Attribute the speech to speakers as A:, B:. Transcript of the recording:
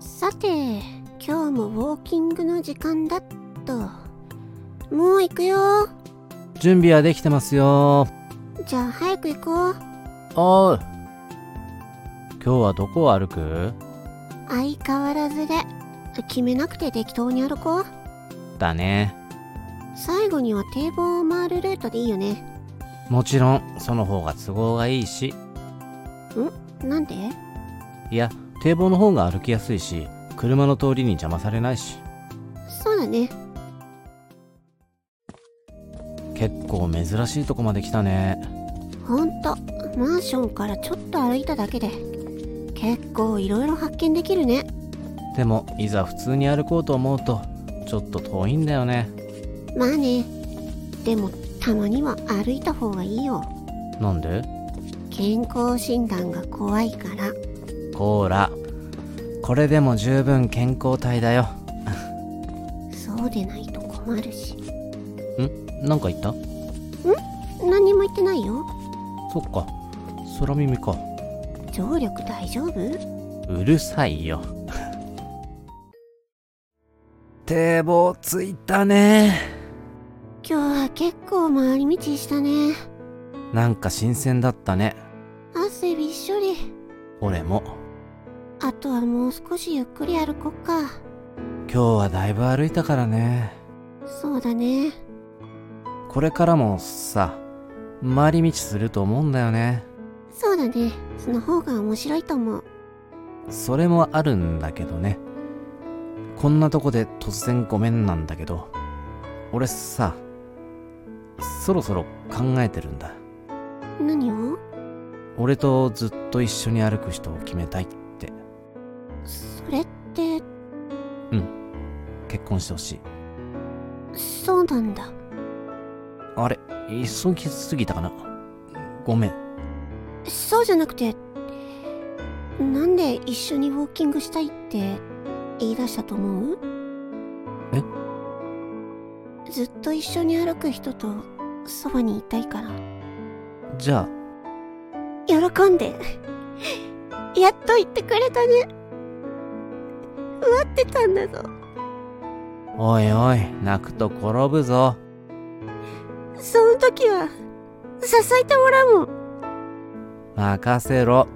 A: さて、今日もウォーキングの時間だっと。もう行くよ。
B: 準備はできてますよ。
A: じゃあ早く行こう。
B: おう。今日はどこを歩く
A: 相変わらずで。決めなくて適当に歩こう。
B: だね。
A: 最後には堤防を回るルートでいいよね。
B: もちろん、その方が都合がいいし。
A: なんで
B: いや、堤防の方が歩きやすいし、車の通りに邪魔されないし。
A: そうだね。
B: 結構珍しいとこまで来たね。
A: ほんと、マンションからちょっと歩いただけで。結構いろいろ発見できるね。
B: でも、いざ普通に歩こうと思うと、ちょっと遠いんだよね。
A: まあね。でも、たまには歩いた方がいいよ。
B: なんで
A: 健康診断が怖いから。
B: こーら。これでも十分健康体だよ。
A: そうでないと困るし。
B: んなんか言った
A: 何にも言ってないよ。
B: そっか。空耳か。
A: 聴力大丈夫
B: うるさいよ 堤防ついたね
A: 今日は結構回り道したね。
B: なんか新鮮だったね
A: 汗びっしょり。
B: 俺も
A: あとはもう少しゆっくり歩こっか。
B: 今日はだいぶ歩いたからね
A: そうだね。
B: これからもさ回り道すると思うんだよね
A: そうだね。その方が面白いと思う。
B: それもあるんだけどねこんなとこで突然ごめんなんだけど俺さそろそろ考えてるんだ
A: 何を
B: 俺とずっと一緒に歩く人を決めたいって
A: それって、
B: 結婚してほしい
A: そうなんだ。
B: あれ、急ぎすぎたかなごめん。
A: そうじゃなくて、なんで一緒にウォーキングしたいって言い出したと思うえずっと一緒に歩く人とそばにいたいから。
B: じゃ
A: 喜んで。 やっと言ってくれたね。待ってたんだぞ。
B: あ、おいおい、泣くと転ぶぞ。
A: その時は、支えてもらうもん。
B: 任せろ。